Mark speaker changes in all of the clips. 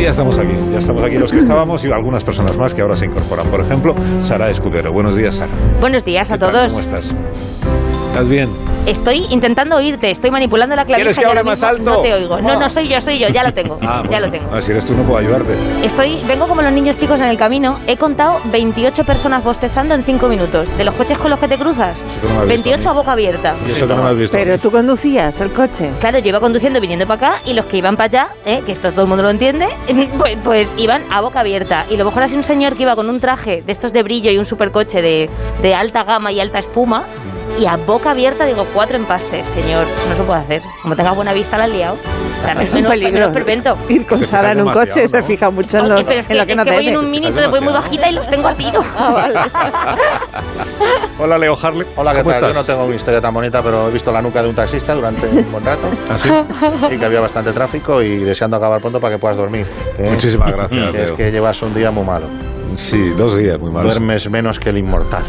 Speaker 1: ya estamos aquí. Ya estamos aquí los que estábamos y algunas personas más que ahora se incorporan. Por ejemplo, Sara Escudero. Buenos días, Sara.
Speaker 2: Buenos días a
Speaker 1: ¿Qué tal?
Speaker 2: todos.
Speaker 1: ¿Cómo estás? ¿Estás bien?
Speaker 2: Estoy intentando oírte, estoy manipulando la clavija
Speaker 1: ¿Quieres que
Speaker 2: y ahora
Speaker 1: hable más
Speaker 2: mismo
Speaker 1: alto?
Speaker 2: no te oigo. No,
Speaker 1: Ah.
Speaker 2: no, soy yo, soy yo, ya lo tengo. ya lo tengo.
Speaker 1: Ah, si eres tú no puedo ayudarte.
Speaker 2: Estoy, vengo como los niños chicos en el camino, he contado 28 personas bostezando en 5 minutos. De los coches con los que te cruzas,
Speaker 1: Eso que no me has visto
Speaker 2: 28
Speaker 1: a
Speaker 2: a
Speaker 1: mí.
Speaker 2: boca abierta.
Speaker 1: Y eso que no me has visto.
Speaker 3: Pero tú conducías el coche.
Speaker 2: Claro, yo iba conduciendo viniendo para acá y los que iban para allá, eh, que esto todo el mundo lo entiende, pues, pues iban a boca abierta. Y lo mejor así un señor que iba con un traje de estos de brillo y un supercoche de, de alta gama y alta espuma y a boca abierta digo cuatro empastes, señor, eso no se puede hacer. Como tengas buena vista la has liado. O sea,
Speaker 3: Es
Speaker 2: menos-
Speaker 3: un peligro. ¿eh?
Speaker 2: menos pervento.
Speaker 3: Ir con
Speaker 1: Te
Speaker 3: Sara en un
Speaker 1: fijas
Speaker 3: coche
Speaker 1: demasiado,
Speaker 3: se
Speaker 1: ¿no?
Speaker 3: fija mucho en,
Speaker 2: Oye,
Speaker 3: los,
Speaker 2: pero es que,
Speaker 3: en lo que
Speaker 2: es
Speaker 3: no Ah,
Speaker 2: que voy en un
Speaker 3: debe.
Speaker 2: mini,
Speaker 1: Te fijas
Speaker 2: entonces voy muy
Speaker 1: demasiado.
Speaker 2: bajita y los tengo a tiro.
Speaker 1: Hola, Leo Harley.
Speaker 4: Hola, ¿qué
Speaker 1: ¿Cómo
Speaker 4: tal? Yo no
Speaker 1: estás?
Speaker 4: tengo una historia tan bonita, pero he visto la nuca de un taxista durante un buen rato
Speaker 1: Así.
Speaker 4: y que había bastante tráfico y deseando acabar pronto para que puedas dormir. ¿eh?
Speaker 1: Muchísimas gracias,
Speaker 4: Que es
Speaker 1: Leo.
Speaker 4: que llevas un día muy malo.
Speaker 1: Sí, dos días, muy mal.
Speaker 4: Duermes menos que el inmortal.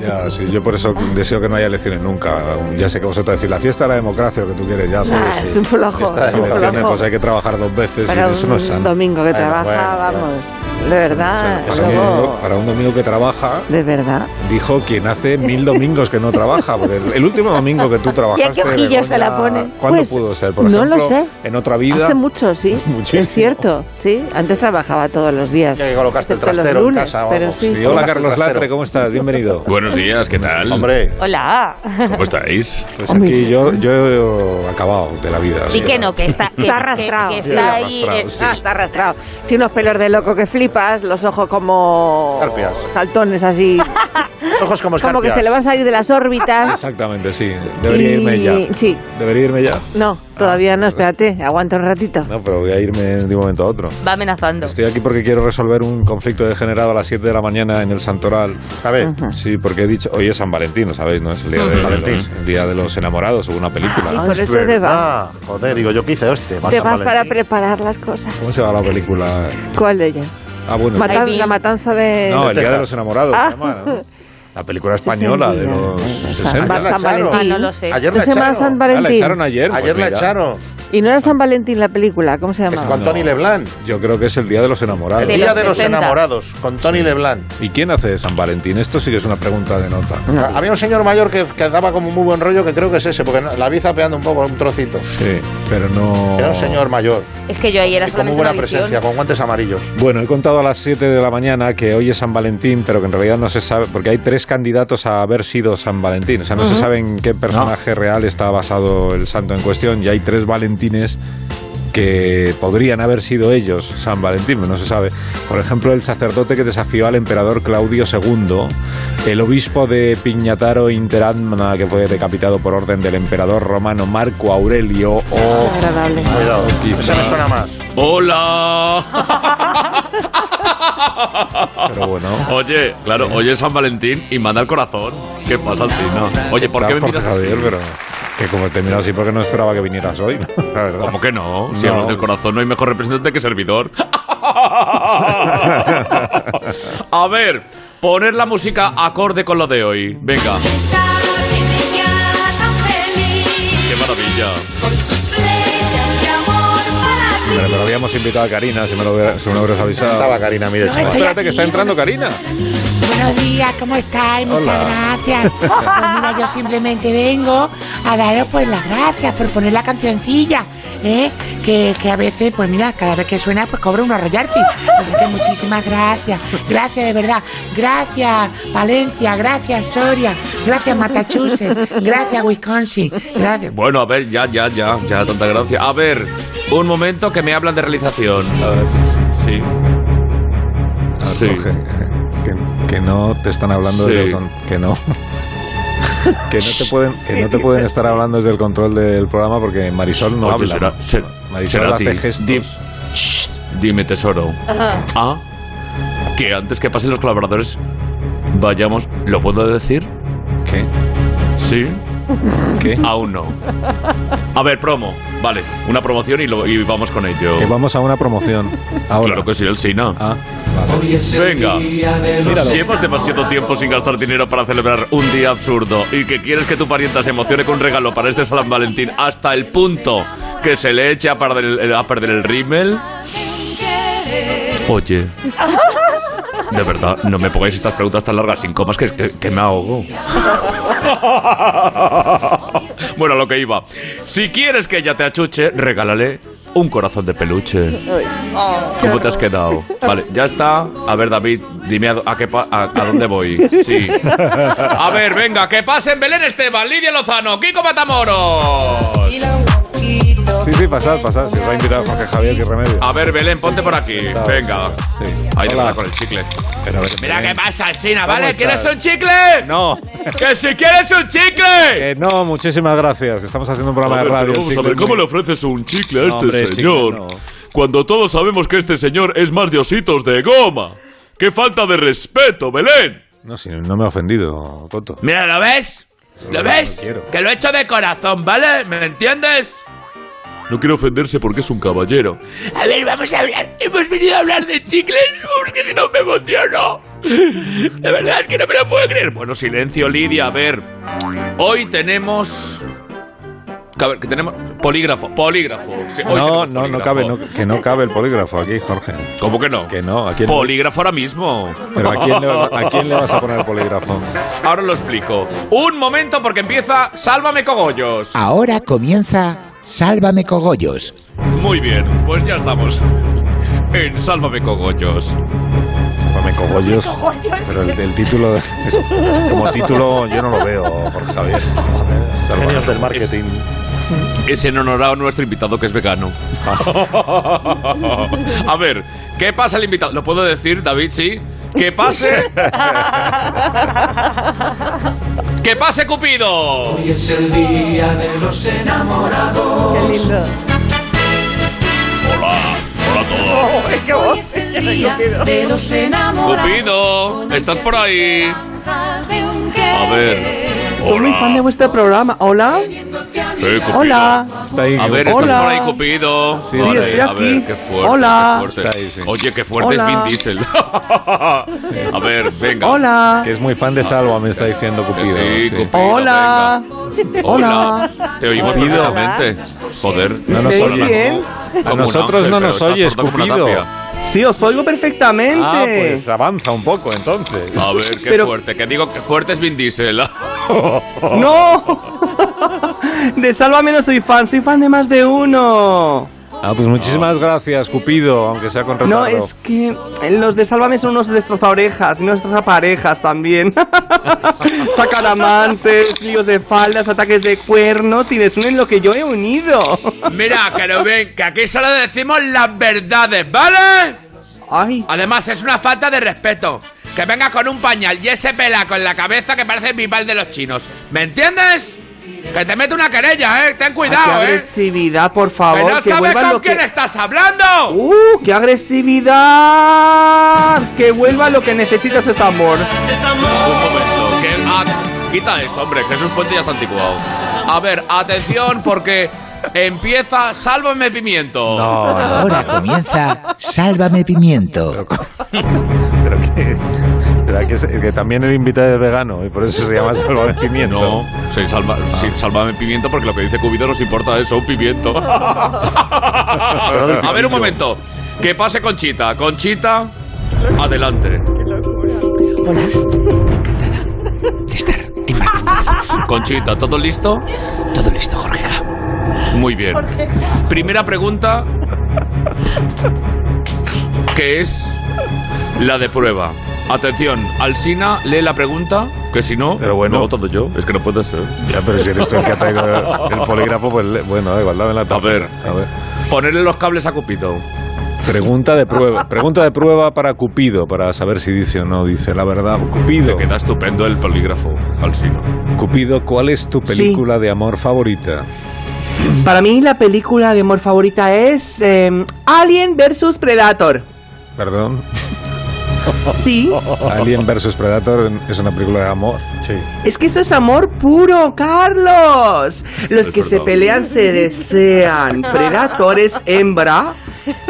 Speaker 1: Ya, sí, yo por eso deseo que no haya elecciones nunca. Ya sé que vosotros decís la fiesta de la democracia, lo que tú quieres, ya
Speaker 3: Ah,
Speaker 1: sabes.
Speaker 3: es
Speaker 1: sí.
Speaker 3: un flojo.
Speaker 4: Está
Speaker 1: Estas
Speaker 3: es un
Speaker 1: elecciones,
Speaker 3: flojo.
Speaker 1: pues hay que trabajar dos veces
Speaker 3: Para
Speaker 1: y eso no es
Speaker 3: un
Speaker 1: sano.
Speaker 3: domingo que
Speaker 4: Bueno,
Speaker 3: trabaja,
Speaker 4: bueno, bueno.
Speaker 3: vamos. De verdad.
Speaker 1: Para un
Speaker 3: Ah, luego-
Speaker 1: domingo- para un domingo que trabaja,
Speaker 3: De verdad.
Speaker 1: Dijo quien hace mil domingos que no trabaja, porque el, el último domingo que tú trabajaste.
Speaker 2: qué ojillos se la pone.
Speaker 1: ¿Cuándo
Speaker 3: Pues,
Speaker 1: pudo ser? Por
Speaker 3: no
Speaker 1: ejemplo,
Speaker 3: lo sé.
Speaker 1: En otra vida.
Speaker 3: Hace mucho, sí.
Speaker 1: Muchísimo.
Speaker 3: Es cierto, sí. Antes trabajaba todos los días.
Speaker 4: Ya que colocaste el
Speaker 3: excepto
Speaker 4: trastero en
Speaker 3: los lunes,
Speaker 4: casa o
Speaker 3: pero
Speaker 4: algo.
Speaker 3: sí,
Speaker 1: Y
Speaker 3: sí.
Speaker 1: hola
Speaker 4: Hola,
Speaker 1: Carlos
Speaker 4: Carlos
Speaker 1: Latre, ¿cómo estás? Bienvenido.
Speaker 5: Buenos días, ¿qué tal?
Speaker 4: Hombre,
Speaker 2: Hola.
Speaker 5: ¿Cómo estáis?
Speaker 1: Pues aquí yo, yo he acabado de la vida.
Speaker 2: Y
Speaker 1: sí.
Speaker 2: que no, que está, que,
Speaker 3: Está arrastrado.
Speaker 2: que- que
Speaker 1: Sí,
Speaker 2: está ahí.
Speaker 1: arrastrado,
Speaker 2: eh,
Speaker 1: sí.
Speaker 3: Ah, está arrastrado. Tiene unos pelos de loco que flipas, los ojos como
Speaker 4: Escarpias.
Speaker 3: saltones así,
Speaker 4: ojos como escarpias.
Speaker 3: como que se le van a salir de las órbitas.
Speaker 1: Exactamente, sí. Debería irme ya.
Speaker 3: Sí.
Speaker 1: Debería irme ya.
Speaker 3: No, todavía
Speaker 1: pues
Speaker 3: no, espérate, aguanta un ratito.
Speaker 1: No, pero voy a irme de un momento a otro.
Speaker 2: Va amenazando.
Speaker 1: Estoy aquí porque quiero resolver un conflicto degenerado a las 7 de la mañana en el Santoral.
Speaker 4: A ver,
Speaker 1: Sí, porque he dicho, hoy es San Valentín, ¿lo ¿sabéis? ¿No? Es el día de,
Speaker 4: Ujú. Valentín.
Speaker 1: los, el día de los enamorados, según una película.
Speaker 3: Y
Speaker 4: Ah,
Speaker 3: por
Speaker 4: es
Speaker 3: eso te vas.
Speaker 4: ah, joder, digo yo qué hice, hostia.
Speaker 3: Te vas para preparar las cosas.
Speaker 1: ¿Cómo se llama la película?
Speaker 3: ¿Cuál de ellas?
Speaker 1: Ah, bueno.
Speaker 3: Matan-
Speaker 2: Ay, vi.
Speaker 3: la matanza de...
Speaker 1: No, el
Speaker 4: Etcétera.
Speaker 1: Día de los Enamorados.
Speaker 3: Ah.
Speaker 1: se llama, ¿no? La película española de los
Speaker 3: San-
Speaker 1: 60.
Speaker 4: Ayer la
Speaker 3: San
Speaker 4: echaron.
Speaker 3: Valentín.
Speaker 2: Ah, no lo sé.
Speaker 4: Ayer
Speaker 3: No
Speaker 4: la
Speaker 3: se llama San
Speaker 4: echaron.
Speaker 1: Ah, la
Speaker 3: Valentín.
Speaker 1: echaron ayer. pues
Speaker 4: Ayer la
Speaker 1: mira.
Speaker 4: echaron.
Speaker 3: Y no era San Valentín la película, ¿cómo se
Speaker 4: Es Con
Speaker 3: llamaba?
Speaker 4: Tony Leblanc.
Speaker 1: Yo creo que es el Día de los Enamorados.
Speaker 4: El
Speaker 2: De
Speaker 4: día
Speaker 2: los
Speaker 4: de los
Speaker 2: 60.
Speaker 4: enamorados, con Tony Leblanc.
Speaker 1: ¿Y quién hace San Valentín? Esto sí que es una pregunta de nota.
Speaker 4: Había un señor mayor que, que daba como muy buen rollo, que creo que es ese, porque la vi zapeando un poco, un trocito.
Speaker 1: Sí, pero no.
Speaker 4: Era un señor mayor.
Speaker 2: Es que yo ahí era
Speaker 4: Y con
Speaker 2: solamente
Speaker 4: muy buena
Speaker 2: una visión.
Speaker 4: presencia, con guantes amarillos.
Speaker 1: Bueno, he contado a las 7 de la mañana que hoy es San Valentín, pero que en realidad no se sabe, porque hay tres candidatos a haber sido San Valentín. O sea, no se sabe en qué personaje real está basado el santo en cuestión y hay tres Valentines que podrían haber sido ellos San Valentín, pero no se sabe. Por ejemplo, el sacerdote que desafió al emperador Claudio II, el obispo de Pignataro Interamna, que fue decapitado por orden del emperador romano Marco Aurelio, o
Speaker 3: Agradable.
Speaker 4: Cuidado,
Speaker 1: Quizá.
Speaker 4: ese Ah, me suena más.
Speaker 5: ¡Hola!
Speaker 1: pero bueno.
Speaker 5: Oye, claro, hoy es San Valentín y manda el corazón. ¿Qué pasa, Alcina? Oye, ¿por qué me
Speaker 1: Jorge
Speaker 5: miras así?
Speaker 1: Javier, pero que como te miro así porque no esperaba que vinieras hoy, la verdad.
Speaker 5: ¿Cómo que no? Si
Speaker 1: No.
Speaker 5: hablas del corazón, no hay mejor representante que servidor. A ver, poner la música acorde con lo de hoy. Venga,
Speaker 6: Está mi niña tan feliz
Speaker 5: qué maravilla.
Speaker 6: con sus flechas de amor
Speaker 1: Hombre,
Speaker 6: para ti.
Speaker 1: pero habíamos invitado a Karina, si me lo hubiera- si me lo hubieras
Speaker 4: Estaba
Speaker 1: avisado.
Speaker 4: Karina, mire, chaval.
Speaker 1: Espérate que está entrando Karina.
Speaker 7: Buenos días, ¿cómo estáis? Muchas
Speaker 1: Hola.
Speaker 7: gracias. Pues mira, yo simplemente vengo a daros pues las gracias por poner la cancioncilla, ¿eh? que, que a veces, pues mira, cada vez que suena, pues cobro unos royalty. Así que muchísimas gracias. Gracias, de verdad. Gracias, Valencia. Gracias, Soria. Gracias, Massachusetts. Gracias, Wisconsin. Gracias.
Speaker 5: Bueno, a ver, ya, ya, ya, ya, tanta gracia. A ver, un momento que me hablan de realización. Sí.
Speaker 1: Ah,
Speaker 5: Sí.
Speaker 1: Jorge, Que, que no te están hablando desde
Speaker 5: Sí.
Speaker 1: el con- que no. Que no te pueden, que no te pueden estar hablando desde el control del programa porque Marisol no
Speaker 5: Oye,
Speaker 1: habla.
Speaker 5: será- se-
Speaker 1: Marisol
Speaker 5: será
Speaker 1: hace
Speaker 5: ti.
Speaker 1: gestos.
Speaker 5: Di- Shh, Dime, tesoro.
Speaker 2: Ajá.
Speaker 5: Ah, que antes que pasen los colaboradores, vayamos. ¿Lo puedo decir?
Speaker 1: ¿Qué?
Speaker 5: Sí,
Speaker 1: ¿Qué?
Speaker 5: aún no. A ver, promo. Vale, una promoción y, lo- y vamos con ello.
Speaker 1: Que vamos a una promoción. Ahora.
Speaker 5: Claro que sí, el Sina.
Speaker 1: Ah,
Speaker 5: Venga, llevas demasiado tiempo sin gastar dinero para celebrar un día absurdo y que quieres que tu parienta se emocione con un regalo para este San Valentín hasta el punto que se le eche a perder el, a perder el rímel. Oye, de verdad, no me pongáis estas preguntas tan largas sin comas que, que- que me ahogo. bueno, a lo que iba. Si quieres que ella te achuche, regálale un corazón de peluche. ¿Cómo te has quedado? Vale, ya está. A ver, David, dime a, a qué pa- a, a dónde voy. Sí. A ver, venga, que pasen Belén Esteban, Lidia Lozano, Kiko Matamoros.
Speaker 1: sí, sí, pasad, pasad. Si os ha invitado Jorge Javier, qué remedio.
Speaker 5: A ver, Ah, Belén, ponte por aquí.
Speaker 1: Está,
Speaker 5: Venga.
Speaker 1: Sí.
Speaker 5: Ahí te
Speaker 1: Hola.
Speaker 5: vas con el chicle.
Speaker 1: Pero a ver,
Speaker 5: Mira
Speaker 1: Belén.
Speaker 5: qué pasa, Sina,
Speaker 1: ¿Cómo
Speaker 5: ¿vale?
Speaker 1: estás?
Speaker 5: ¿Quieres un chicle?
Speaker 1: No,
Speaker 5: ¡Que si quieres un chicle!
Speaker 1: que Eh, no, muchísimas gracias. Que estamos haciendo un
Speaker 5: A
Speaker 1: programa
Speaker 5: ver,
Speaker 1: de radio.
Speaker 5: pero
Speaker 1: el
Speaker 5: vamos a
Speaker 1: chicle
Speaker 5: ver,
Speaker 1: es
Speaker 5: ¿cómo
Speaker 1: muy-
Speaker 5: le ofreces un chicle a
Speaker 1: No,
Speaker 5: este
Speaker 1: hombre, chicle
Speaker 5: señor?
Speaker 1: no.
Speaker 5: Cuando todos sabemos que este señor es más de ositos de goma. ¡Qué falta de respeto, Belén!
Speaker 1: No, si no me ha ofendido, Coto.
Speaker 5: Mira, ¿lo ves?
Speaker 1: no
Speaker 5: ¿Lo ves?
Speaker 1: quiero.
Speaker 5: que lo he hecho de corazón, ¿vale? ¿Me entiendes? No quiero ofenderse porque es un caballero. A ver, vamos a hablar. Hemos venido a hablar de chicles. Uf, Es que si no me emociono. La verdad es que no me lo puedo creer. Bueno, silencio, Lidia. A ver. Hoy tenemos. A ver, que tenemos. Polígrafo, polígrafo. Sí, hoy
Speaker 1: No,
Speaker 5: tenemos
Speaker 1: no, no
Speaker 5: polígrafo.
Speaker 1: cabe, no- que no cabe el polígrafo aquí, Jorge.
Speaker 5: ¿Cómo que no?
Speaker 1: Que no, ¿a quién,
Speaker 5: Polígrafo ahora mismo.
Speaker 1: pero ¿a quién, le, ¿a quién le vas a poner el polígrafo?
Speaker 5: Ahora lo explico. Un momento porque empieza Sálvame Cogollos.
Speaker 8: Ahora comienza Sálvame Cogollos.
Speaker 5: Muy bien, pues ya estamos. En Sálvame Cogollos.
Speaker 1: Sálvame cogollos. Pero el, el título, es- como título, yo no lo veo, Jorge Javier. Sálvame.
Speaker 4: Genios del marketing.
Speaker 5: Es en honor a nuestro invitado que es vegano.
Speaker 1: Ah.
Speaker 5: a ver, ¿qué pasa el invitado? ¿Lo puedo decir, David? Sí. ¿Qué pase? ¡Que pase Cupido!
Speaker 3: Qué lindo.
Speaker 6: Hoy es el día de los enamorados.
Speaker 5: Cupido, ¿estás por ahí?
Speaker 6: A
Speaker 3: Soy muy fan de vuestro programa. Hola.
Speaker 5: Sí, Cupido.
Speaker 3: Hola.
Speaker 1: Está ahí,
Speaker 5: A ver,
Speaker 1: como-
Speaker 5: ¿estás
Speaker 3: Hola.
Speaker 5: por ahí, Cupido?
Speaker 1: Sí,
Speaker 5: Ole,
Speaker 1: estoy
Speaker 5: A ver,
Speaker 3: aquí.
Speaker 5: qué fuerte, qué
Speaker 3: Hola.
Speaker 5: fuerte.
Speaker 1: Está ahí, sí.
Speaker 5: Oye, qué fuerte
Speaker 3: Hola.
Speaker 5: es Vin Diesel. A ver, venga.
Speaker 3: Hola.
Speaker 1: que es muy fan de Salva, me está diciendo
Speaker 5: Que
Speaker 1: Cupido.
Speaker 5: sí,
Speaker 1: sí.
Speaker 5: Cupido,
Speaker 3: Hola.
Speaker 5: venga.
Speaker 3: Hola.
Speaker 5: Te oímos
Speaker 1: Cupido.
Speaker 5: perfectamente. Joder.
Speaker 1: No nos
Speaker 3: Qué
Speaker 1: oyen.
Speaker 3: bien.
Speaker 1: A nosotros no nos oyes, Cupido.
Speaker 5: A
Speaker 9: Sí, os oigo perfectamente.
Speaker 1: Ah, pues avanza un poco entonces.
Speaker 5: ver, qué
Speaker 9: Pero-
Speaker 5: fuerte. Que digo que fuerte es Vin Diesel.
Speaker 9: ¡No! de Sálvame no soy fan, soy fan de más de uno.
Speaker 1: Ah, pues muchísimas gracias, Cupido, aunque sea con retardo.
Speaker 9: No, es que los de Sálvame son unos destroza orejas y unos destroza parejas también. Sacan amantes, líos de faldas, ataques de cuernos y desunen lo que yo he unido.
Speaker 5: Mira, que no ven, que aquí solo decimos las verdades, ¿vale?
Speaker 9: Ay,
Speaker 5: Además, es una falta de respeto. Que venga con un pañal y ese pelaco en la cabeza que parece el bipal de los chinos. ¿Me entiendes? Que te mete una querella, ¿eh? Ten
Speaker 9: qué
Speaker 5: cuidado, ¿eh?
Speaker 9: agresividad, por
Speaker 5: Que no
Speaker 9: favor, que
Speaker 5: sabes
Speaker 9: vuelvan
Speaker 5: con
Speaker 9: lo
Speaker 5: quién
Speaker 9: que
Speaker 5: estás hablando.
Speaker 9: ¡Uh! ¡Qué agresividad! Que vuelva lo que necesitas es amor.
Speaker 5: Un momento, que- ah, quita esto, hombre, Jesús Puente ya está anticuado. A ver, atención, porque empieza Sálvame Pimiento.
Speaker 1: No, no.
Speaker 8: Ahora comienza Sálvame Pimiento.
Speaker 1: Pero que, pero que, se- que también el invitado es vegano y por eso se llama Salvador Pimiento.
Speaker 5: No, sí, salva, sí, sálvame pimiento porque lo que dice Cubido nos importa eso, un pimiento. A ver un momento. Que pase Conchita. Conchita, adelante.
Speaker 7: Hola. Encantada de estar en Más de Uno.
Speaker 5: Conchita, ¿todo listo?
Speaker 7: Todo listo, Jorge. K.
Speaker 5: Muy bien. Primera pregunta. Que es la de prueba. Atención, Alsina lee la pregunta, que si no,
Speaker 1: Pero bueno.
Speaker 5: lo hago todo yo. Es que no puede ser.
Speaker 1: Ya, pero si eres tú el que ha traído el polígrafo, pues le- bueno, da igual, dame la tapa.
Speaker 5: A ver.
Speaker 1: a ver.
Speaker 5: Ponerle los cables a Cupido.
Speaker 1: Pregunta de prueba. Pregunta de prueba para Cupido, para saber si dice o no dice la verdad. Cupido,
Speaker 5: Queda estupendo el polígrafo, Alsina.
Speaker 1: Cupido, ¿cuál es tu película de amor favorita?
Speaker 9: Para mí la película de amor favorita es eh, Alien vs Predator.
Speaker 1: Perdón.
Speaker 9: Sí,
Speaker 1: Alien versus Predator es una película de amor. Sí.
Speaker 9: es que eso es amor puro, Carlos. Los que se
Speaker 5: verdad.
Speaker 9: pelean se desean. Predator es hembra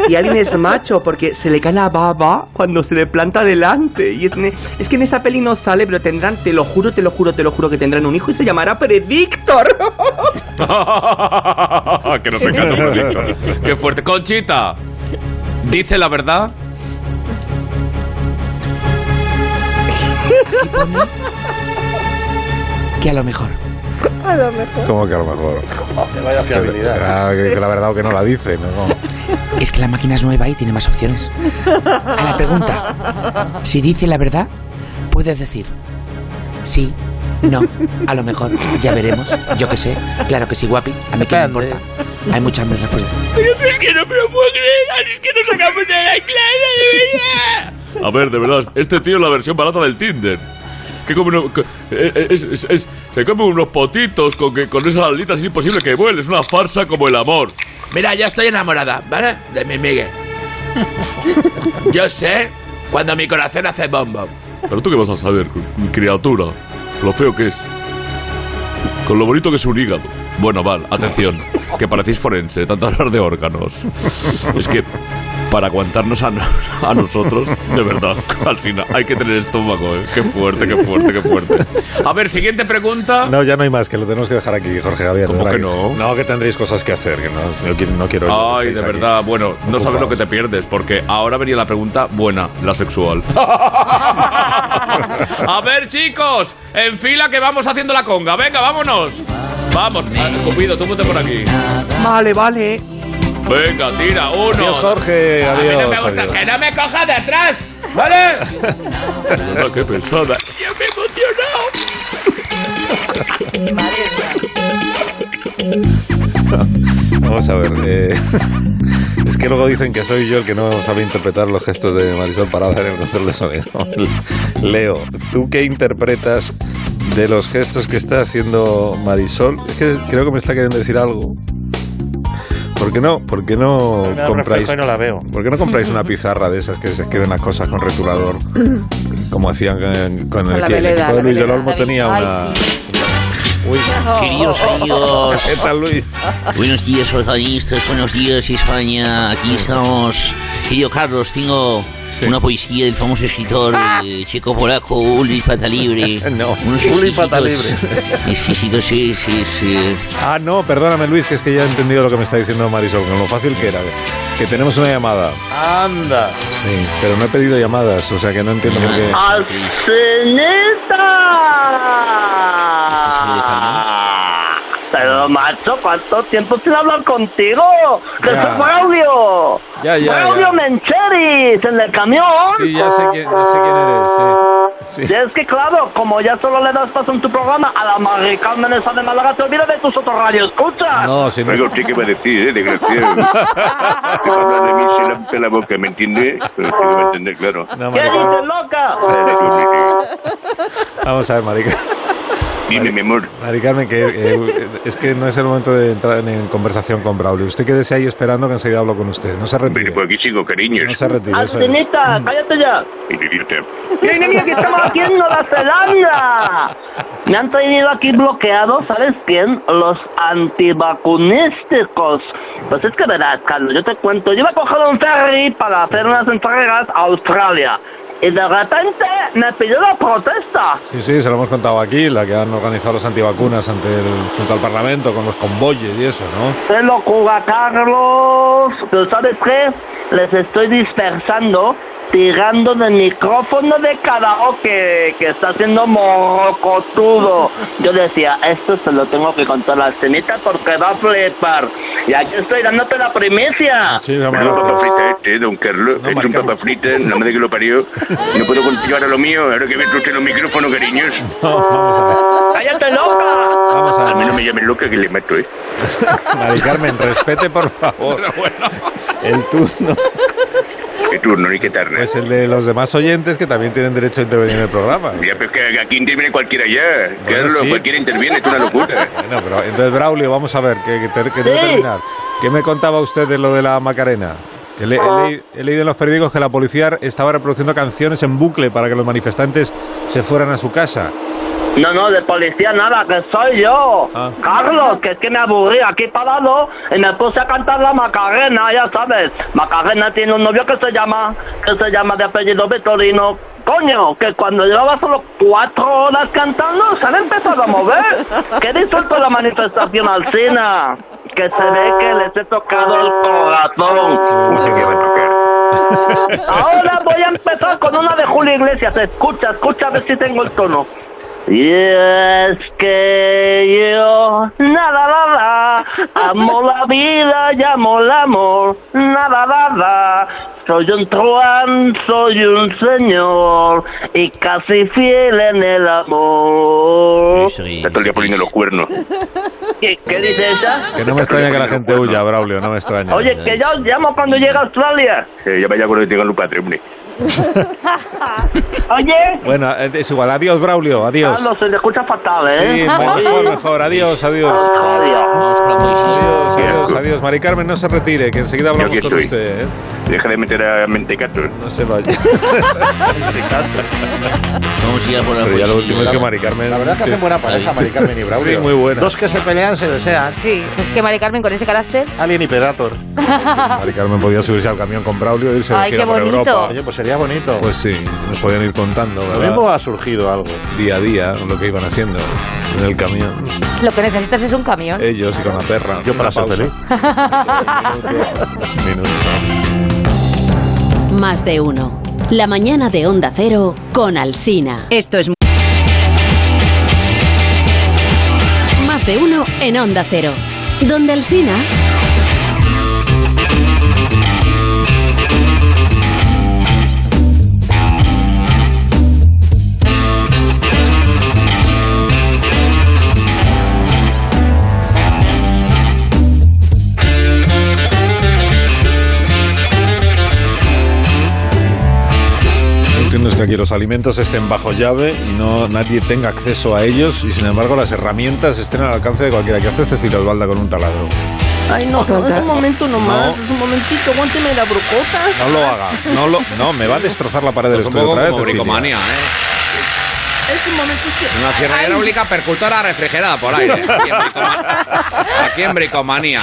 Speaker 9: y Alien es macho porque se le cae la baba cuando se le planta delante. Y es, ne- es que en esa peli no sale, pero tendrán, te lo juro, te lo juro, te lo juro que tendrán un hijo y se llamará Predictor.
Speaker 5: que nos encanta Predictor. Qué fuerte. Conchita, ¿dice la verdad?
Speaker 7: Que a lo mejor.
Speaker 10: Como que a lo mejor.
Speaker 4: Vaya fiabilidad.
Speaker 10: Ah, que- que la verdad o que no la dice, ¿no?
Speaker 7: Es que la máquina es nueva y tiene más opciones. A la pregunta, si dice la verdad, puedes decir sí, no, a lo mejor, ya veremos, yo qué sé, claro que sí, guapi, a mí que me
Speaker 4: Depende.
Speaker 7: importa. Hay muchas pues, más respuestas.
Speaker 5: Es que no me lo puedo creer. Es que no sacamos de la clase, de verdad. A ver, de verdad, este tío es la versión barata del Tinder. Que come uno- que- eh, es- es- es- se come unos potitos con, que- con esas alitas, es imposible que vuele, es una farsa como el amor.
Speaker 11: Mira, yo estoy enamorada, ¿vale? De mi Miguel. Yo sé cuando mi corazón hace bombo.
Speaker 5: Pero tú qué vas a saber, c- criatura, lo feo que es. Con lo bonito que es un hígado. Bueno, Val, atención, que parecéis forense, tanto hablar de órganos. Es que para aguantarnos a, no- a nosotros, de verdad, Alsina, hay que tener estómago, ¿eh? Qué fuerte, qué fuerte, qué fuerte. A ver, siguiente pregunta.
Speaker 1: No, ya no hay más, que lo tenemos que dejar aquí, Jorge Javier. de
Speaker 5: ¿Cómo
Speaker 1: verdad
Speaker 5: que no?
Speaker 1: No, que tendréis cosas que hacer, que no, no quiero- no quiero... que
Speaker 5: Ay,
Speaker 1: estéis
Speaker 5: de
Speaker 1: aquí.
Speaker 5: verdad, bueno, no sabes lo que te pierdes, porque ahora venía la pregunta buena, la sexual. A ver, chicos, en fila que vamos haciendo la conga. Venga, vámonos. Vamos, a- Cupido, tú ponte por aquí.
Speaker 9: Vale, vale.
Speaker 5: Venga, tira,
Speaker 1: Adiós,
Speaker 5: uno.
Speaker 1: Jorge,
Speaker 11: A mí
Speaker 1: adiós.
Speaker 11: no me gusta
Speaker 1: adiós.
Speaker 11: que no me coja de atrás, ¿vale?
Speaker 5: Nada, qué pesada.
Speaker 11: Yo me he emocionado.
Speaker 1: Vamos a ver. eh, es que luego dicen que soy yo el que no sabe interpretar los gestos de Marisol Parada en el control de sonido. Leo, ¿tú qué interpretas de los gestos que está haciendo Marisol? Es que creo que me está queriendo decir algo. ¿Por qué no? ¿Por qué no
Speaker 4: Me da un
Speaker 1: compráis?
Speaker 4: reflejo y no la veo.
Speaker 1: ¿Por qué no compráis una pizarra de esas que se escriben las cosas con retulador? Como hacían con, con el
Speaker 3: la
Speaker 1: que el
Speaker 3: veleda,
Speaker 1: equipo de
Speaker 3: la
Speaker 1: Luis del
Speaker 3: veleda.
Speaker 1: Olmo tenía
Speaker 2: Ay,
Speaker 1: una.
Speaker 2: sí.
Speaker 1: Uy,
Speaker 12: Queridos amigos,
Speaker 1: ¿qué tal Luis?
Speaker 12: buenos días organistas, buenos días España, aquí estamos. Querido Carlos, tengo
Speaker 1: Sí.
Speaker 12: una poesía del famoso escritor
Speaker 4: ¡Ah!
Speaker 12: eh, checo polaco Uli Pata Libre.
Speaker 1: No,
Speaker 12: Unos
Speaker 1: Uli Pata
Speaker 12: exquisitos- Exquisitos, sí, sí, sí.
Speaker 1: Ah, no, perdóname Luis, que es que ya he entendido lo que me está diciendo Marisol, con lo fácil que era. Que tenemos una llamada.
Speaker 4: Anda.
Speaker 1: Sí, pero no he pedido llamadas, o sea que no entiendo por qué.
Speaker 11: Pero macho, ¿cuánto tiempo sin hablar contigo?
Speaker 1: Que Ya. se fue
Speaker 11: audio!
Speaker 1: Ya, ya, ya. Claudio
Speaker 11: Mencheris en el camión!
Speaker 1: Sí, ya sé, quién- ya sé quién eres, sí. Sí.
Speaker 11: Y es que claro, como ya solo le das paso en tu programa a la Mari Carmen esa de Málaga, te olvidas de tus otros radios, escucha.
Speaker 1: No, si no.
Speaker 5: Oiga, usted qué va a decir, eh, desgraciado. Te va a hablar de mí, se la pela la boca, ¿me entiende? Pero usted no va a entender, claro.
Speaker 1: no,
Speaker 11: ¿Qué
Speaker 1: Marica.
Speaker 11: dices, loca?
Speaker 1: Vamos a ver, Marica.
Speaker 5: Dime, mi amor.
Speaker 1: Mari Carmen, que eh, es que no es el momento de entrar en, en conversación con Braulio. Usted quédese ahí esperando que enseguida hablo con usted. No se retire.
Speaker 13: pues.
Speaker 5: Pero por aquí sigo, cariños.
Speaker 1: No se
Speaker 11: Ah,
Speaker 1: retire. eso es.
Speaker 11: Alcinita, cállate ya.
Speaker 5: Idiota.
Speaker 11: Mira, mira, mira, que estamos aquí en Nueva Zelanda. Me han traído aquí bloqueados, ¿sabes quién? Los antivacunísticos. Pues es que verás, Carlos, yo te cuento. Yo iba a coger un ferry para hacer unas entregas a Australia. Y de repente me pidió la protesta.
Speaker 1: Sí, sí, se lo hemos contado aquí, la que han organizado los antivacunas ante el, junto al Parlamento con los convoyes y eso, ¿no?
Speaker 11: ¡Qué locura, Carlos! Pero ¿sabes qué? Les estoy dispersando, tirando del micrófono de karaoke que está haciendo morrocotudo. Yo decía, esto se lo tengo que contar a la cenita porque va a flipar. Y aquí estoy dándote la primicia.
Speaker 1: Sí, la
Speaker 5: Menudo
Speaker 1: Marica.
Speaker 5: papa frita este, don Carlos.
Speaker 1: No,
Speaker 5: es un
Speaker 1: marcamos.
Speaker 5: papa frita, la madre que lo parió. No puedo continuar a lo mío, ahora que me usted los micrófonos, cariños.
Speaker 1: No, vamos a ver.
Speaker 11: ¡Cállate, loca!
Speaker 1: Vamos a
Speaker 5: A mí
Speaker 1: ver.
Speaker 5: no me llamen loca que le mato, ¿eh?
Speaker 1: Mari Carmen, respete por favor el turno
Speaker 14: mi turno, ni que tarde.
Speaker 1: Es Pues el de los demás oyentes que también tienen derecho a intervenir en el programa.
Speaker 14: Ya,
Speaker 5: pues,
Speaker 14: pero es que aquí interviene cualquiera ya. Carlos,
Speaker 1: sí.
Speaker 14: cualquiera interviene, es una locura.
Speaker 1: Bueno, pero entonces, Braulio, vamos a ver, que, que ter- que tengo que
Speaker 14: Sí.
Speaker 1: terminar. ¿Qué me contaba usted de lo de la Macarena? Que le- he,
Speaker 11: Ah.
Speaker 1: leí- he leído en los periódicos que la policía estaba reproduciendo canciones en bucle para que los manifestantes se fueran a su casa.
Speaker 11: No, no, de policía nada, que soy yo. Carlos, que es que me aburrí aquí parado y me puse a cantar la Macarena, ya sabes. Macarena tiene un novio que se llama, que se llama de apellido Vitorino. Coño, que cuando llevaba solo cuatro horas cantando se han empezado a mover. ¡Qué disuelto la manifestación Alcina! Que se ve que les he tocado el corazón. Ahora voy a empezar con una de Julio Iglesias. Escucha, escucha a ver si tengo el tono. Y es que yo, nada, nada, amo la vida y amo el amor, nada, nada. Soy un truán, soy un señor y casi fiel en el amor.
Speaker 14: Está todo el día poniendo los cuernos.
Speaker 11: ¿Qué, qué dice esa?
Speaker 1: Que no me extraña que la gente huya, Braulio, no me extraña.
Speaker 11: Oye, que yo os llamo cuando llegue a Australia.
Speaker 14: Eh, ya vaya cuando tengan un patrimonio.
Speaker 11: Oye,
Speaker 1: Bueno, eh, es igual. Adiós, Braulio, adiós.
Speaker 11: Carlos, se le escucha fatal, ¿eh?
Speaker 1: Sí, mejor, mejor. Adiós, adiós. Adiós, adiós, adiós. Mari Carmen, no se retire, que enseguida hablamos
Speaker 14: Yo aquí
Speaker 1: con
Speaker 14: estoy.
Speaker 1: usted. ¿eh?
Speaker 14: Deja de meter a mentecatos. No
Speaker 1: se vaya.
Speaker 12: Vamos a ir por la
Speaker 1: Pero ya lo
Speaker 12: poesía.
Speaker 1: último es que Mari Carmen...
Speaker 4: La verdad es que hacen buena pareja, Mari Carmen y Braulio.
Speaker 1: Sí, muy buena.
Speaker 4: Dos que se pelean se desean.
Speaker 2: Sí. Es que Mari Carmen con ese carácter.
Speaker 4: Alien y Predator.
Speaker 1: Mari Carmen podía subirse al camión con Braulio e irse
Speaker 2: Ay,
Speaker 1: de gira
Speaker 2: qué
Speaker 1: por
Speaker 2: bonito.
Speaker 1: Europa.
Speaker 2: Oye,
Speaker 1: pues sería bonito. Pues sí, nos podían ir contando, ¿verdad?
Speaker 4: mismo ha surgido algo.
Speaker 1: Día a día, lo que iban haciendo en el camión.
Speaker 2: Lo que necesitas es un camión.
Speaker 1: Ellos y con la perra. Yo para ser feliz.
Speaker 15: Más de uno. La mañana de Onda Cero con Alsina. Esto es. Más de uno en Onda Cero. Donde Alsina.
Speaker 1: Lo entiendo es que aquí los alimentos estén bajo llave y no nadie tenga acceso a ellos y sin embargo las herramientas estén al alcance de cualquiera. ¿Qué hace Cecilia Osvalda con un taladro?
Speaker 16: Ay, no,
Speaker 1: Tonta.
Speaker 16: es un momento nomás, es un momentito, aguánteme la brocota.
Speaker 1: No lo haga. No, lo, no me va a destrozar la pared del
Speaker 17: Es Pues un
Speaker 1: estudio
Speaker 17: poco
Speaker 1: otra vez.
Speaker 17: como
Speaker 1: Cecilia.
Speaker 17: bricomanía, ¿eh?
Speaker 16: Es un momento que...
Speaker 17: Una sierra
Speaker 16: Ay.
Speaker 17: hidráulica percutora refrigerada por aire. Aquí en, bricoma- aquí en bricomanía.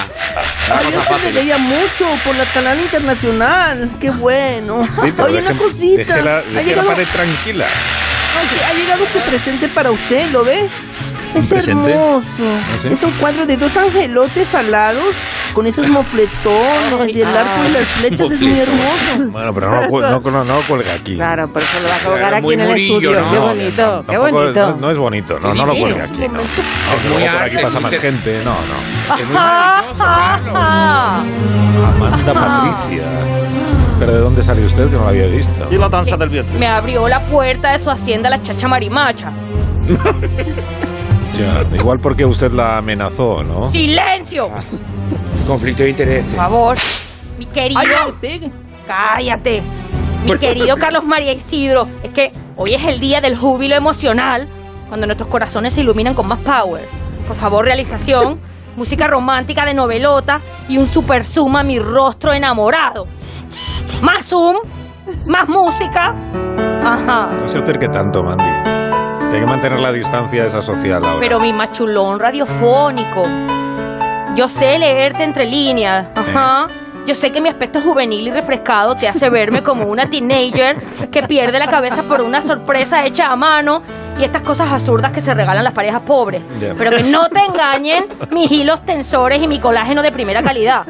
Speaker 17: Una
Speaker 16: Ay, yo se
Speaker 17: cosa
Speaker 16: le
Speaker 17: fácil.
Speaker 16: veía mucho por la canal internacional. Qué bueno.
Speaker 1: Sí, pero
Speaker 16: Oye,
Speaker 1: deje-
Speaker 16: una cosita.
Speaker 1: déjela-
Speaker 16: ha,
Speaker 1: déjela
Speaker 16: llegado,
Speaker 1: pared tranquila.
Speaker 16: oye, ha llegado este presente para usted, ¿lo ve? Es
Speaker 1: ¿Presente?
Speaker 16: hermoso.
Speaker 1: ¿Ah, sí?
Speaker 16: Es un cuadro de dos angelotes alados con esos mofletones y el arco y las flechas es muy
Speaker 1: Mofletones.
Speaker 16: hermoso.
Speaker 1: Bueno, pero no, lo cu- no, no, no lo cuelga aquí.
Speaker 3: Claro, por eso lo va a colgar
Speaker 1: Claro,
Speaker 3: aquí
Speaker 1: muy
Speaker 3: en el
Speaker 1: murillo,
Speaker 3: estudio.
Speaker 1: ¿no?
Speaker 3: qué bonito, qué
Speaker 1: Tampoco es-
Speaker 3: bonito.
Speaker 1: no, no es bonito, no, no lo cuelga aquí. No. No, que
Speaker 17: muy
Speaker 1: luego por
Speaker 17: arte,
Speaker 1: aquí pasa
Speaker 17: es muy
Speaker 1: más
Speaker 17: te-
Speaker 1: gente. No, no.
Speaker 2: Me
Speaker 1: Amanda Patricia. ¿Pero de dónde salió usted que no la había visto?
Speaker 4: Y la danza del viento.
Speaker 2: abrió la puerta de su hacienda la chacha marimacha.
Speaker 1: Ya, igual porque usted la amenazó, ¿no?
Speaker 2: ¡Silencio!
Speaker 1: Conflicto de intereses.
Speaker 2: Por favor, mi querido. Cállate. Mi querido Carlos María Isidro, es que hoy es el día del júbilo emocional, cuando nuestros corazones se iluminan con más power. Por favor, realización, música romántica de novelota y un super zoom a mi rostro enamorado. Más zoom, más música. Ajá.
Speaker 1: No se acerque tanto, Mandy. Que Hay que mantener la distancia esa social ahora.
Speaker 2: Pero mi machulón radiofónico. Yo sé leerte entre líneas. Ajá. Yo sé que mi aspecto juvenil y refrescado te hace verme como una teenager que pierde la cabeza por una sorpresa hecha a mano y estas cosas absurdas que se regalan las parejas pobres.
Speaker 6: Ya.
Speaker 2: Pero que no te engañen mis hilos tensores y mi colágeno de primera calidad.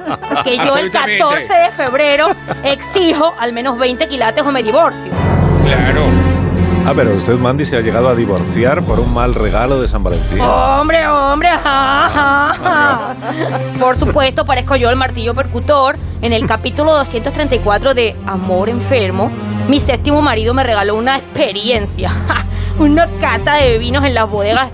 Speaker 2: Que yo el
Speaker 6: Absolutamente.
Speaker 2: 14 de febrero exijo al menos 20 quilates o me divorcio.
Speaker 1: Claro. Ah, pero usted, Mandy, se ha llegado a divorciar por un mal regalo de San Valentín.
Speaker 2: Hombre, hombre, ajá, ajá, ajá. Por supuesto, parezco yo el martillo percutor. En el capítulo 234 de Amor Enfermo, mi séptimo marido me regaló una experiencia. ja, Una cata de vinos en las bodegas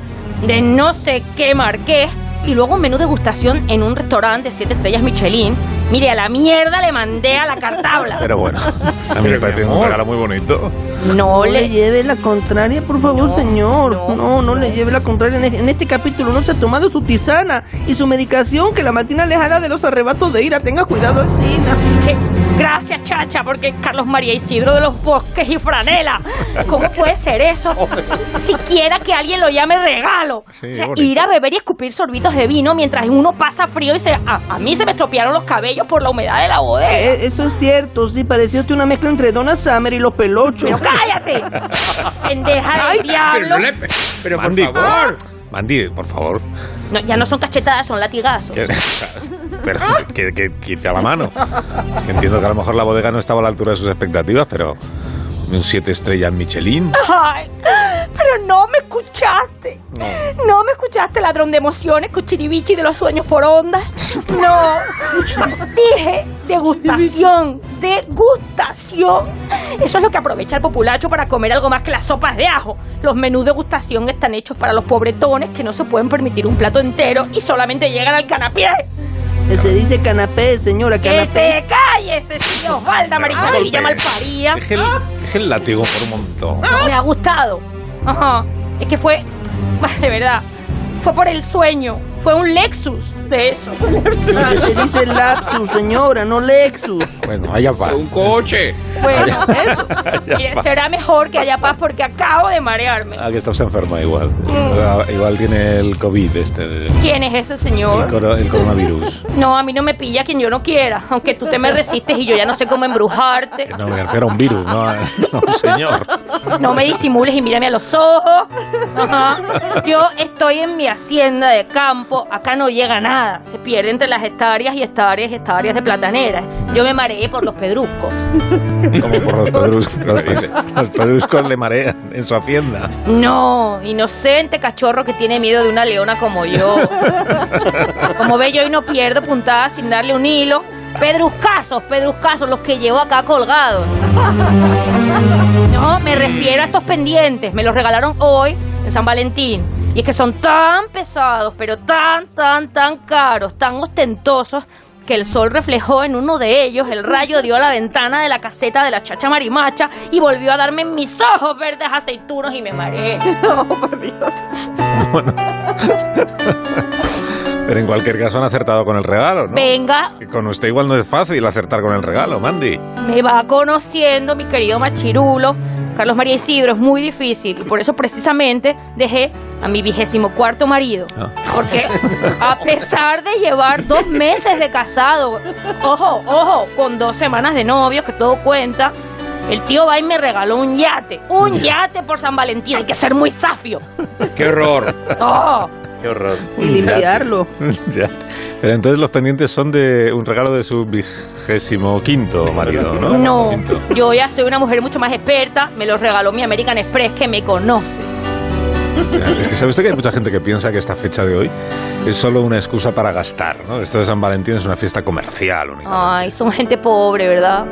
Speaker 2: de no sé qué marqués y luego un menú degustación en un restaurante de 7 estrellas Michelin. Mire, a la mierda le mandé a la cartabla.
Speaker 1: Pero bueno, a mí me parece un regalo muy bonito.
Speaker 2: No
Speaker 9: le lleve la contraria, por favor, señor. No, no, le lleve la contraria. En e- En este capítulo no se ha tomado su tisana y su medicación que la matina alejada de los arrebatos de ira. Tenga cuidado, Alcina.
Speaker 2: Gracias, chacha, porque Carlos María Isidro de los Bosques y Franela. ¿Cómo puede ser eso? Siquiera que alguien lo llame regalo.
Speaker 6: Sí,
Speaker 2: O sea,
Speaker 6: bonito.
Speaker 2: ir a beber y escupir sorbitos de vino mientras uno pasa frío y se. A, a mí se me estropearon los cabellos por la humedad de la bodega.
Speaker 9: Eh, eso es cierto, sí, parecía usted una mezcla entre Donna Summer y los pelochos.
Speaker 2: Pero cállate, pendeja del diablo.
Speaker 18: Pero no le pe- Pero por
Speaker 1: Mandy,
Speaker 18: favor.
Speaker 1: Mandy, por favor.
Speaker 2: No, ya no son cachetadas, son latigazos.
Speaker 1: Que- Pero que, que quita la mano. Que entiendo que a lo mejor la bodega no estaba a la altura de sus expectativas, pero un 7 estrellas Michelin.
Speaker 2: Ay, pero no me escuchaste.
Speaker 1: No.
Speaker 2: No me escuchaste, ladrón de emociones, cuchiribichi de los sueños por onda. No. Dije degustación, degustación. Eso es lo que aprovecha el populacho para comer algo más que las sopas de ajo. Los menús de degustación están hechos para los pobretones que no se pueden permitir un plato entero y solamente llegan al canapé.
Speaker 9: Eh, Se dice canapé, señora,
Speaker 2: ¡Que te
Speaker 9: canapé.
Speaker 2: calles, Cecilia Osvalda, mariconelilla
Speaker 1: golpes.
Speaker 2: malparida!
Speaker 1: Deje el, deje el látigo por un montón.
Speaker 2: Me ha gustado. Ajá. Es que fue. De verdad. Fue por el sueño. Fue un Lexus de eso. Ah,
Speaker 9: Eh, Se dice Lapsus, señora, no Lexus.
Speaker 1: Bueno, allá va.
Speaker 18: Un coche.
Speaker 2: Bueno,
Speaker 1: Allá
Speaker 2: mire,
Speaker 1: va.
Speaker 2: será mejor que haya paz porque acabo de marearme.
Speaker 1: Ah, que está usted enferma igual.
Speaker 2: Mm.
Speaker 1: Ah, Igual tiene el COVID este. de-
Speaker 2: ¿Quién es ese
Speaker 1: El,
Speaker 2: señor?
Speaker 1: coro- el coronavirus.
Speaker 2: No, a mí no me pilla quien yo no quiera, aunque tú te me resistes y yo ya no sé cómo embrujarte.
Speaker 1: No, me refiero a un virus, no a no a un señor.
Speaker 2: No me disimules y mírame a los ojos. Ajá. Yo estoy en mi hacienda de campo. Acá no llega nada. Se pierde entre las hectáreas y hectáreas y hectáreas de plataneras. Yo me mareé por los pedruscos.
Speaker 1: Como por los pedruscos. Los pedruscos le marean en su hacienda.
Speaker 2: No, inocente cachorro que tiene miedo de una leona como yo. Como ve, yo hoy no pierdo puntadas sin darle un hilo. Pedruscazos, pedruscazos, los que llevo acá colgados. No, me refiero a estos pendientes. Me los regalaron hoy en San Valentín. Y es que son tan pesados, pero tan, tan, tan caros, tan ostentosos, que el sol reflejó en uno de ellos, el rayo dio a la ventana de la caseta de la chacha marimacha y volvió a darme en mis ojos verdes aceitunos y me mareé.
Speaker 1: Pero en cualquier caso han acertado con el regalo, ¿no?
Speaker 2: Venga,
Speaker 1: Que Con usted igual no es fácil acertar con el regalo, Mandy.
Speaker 2: Me va conociendo mi querido machirulo. Carlos María Isidro es muy difícil y por eso precisamente dejé a mi vigésimo cuarto marido. Porque a pesar de llevar dos meses de casado, ojo, ojo, con dos semanas de novios, que todo cuenta, el tío va y me regaló un yate. Un yate por San Valentín. Hay que ser muy safio.
Speaker 18: Qué horror.
Speaker 2: Oh.
Speaker 1: Qué horror.
Speaker 9: Y limpiarlo.
Speaker 1: Ya. Pero entonces los pendientes son de un regalo de su vigésimo quinto marido, ¿no?
Speaker 2: No,
Speaker 1: Quinto.
Speaker 2: yo ya soy una mujer mucho más experta. Me lo regaló mi American Express que me conoce.
Speaker 1: Ya, Es que sabe usted que hay mucha gente que piensa que esta fecha de hoy es solo una excusa para gastar, ¿no? Esto de San Valentín es una fiesta comercial, única.
Speaker 2: Ay, son gente pobre, ¿verdad?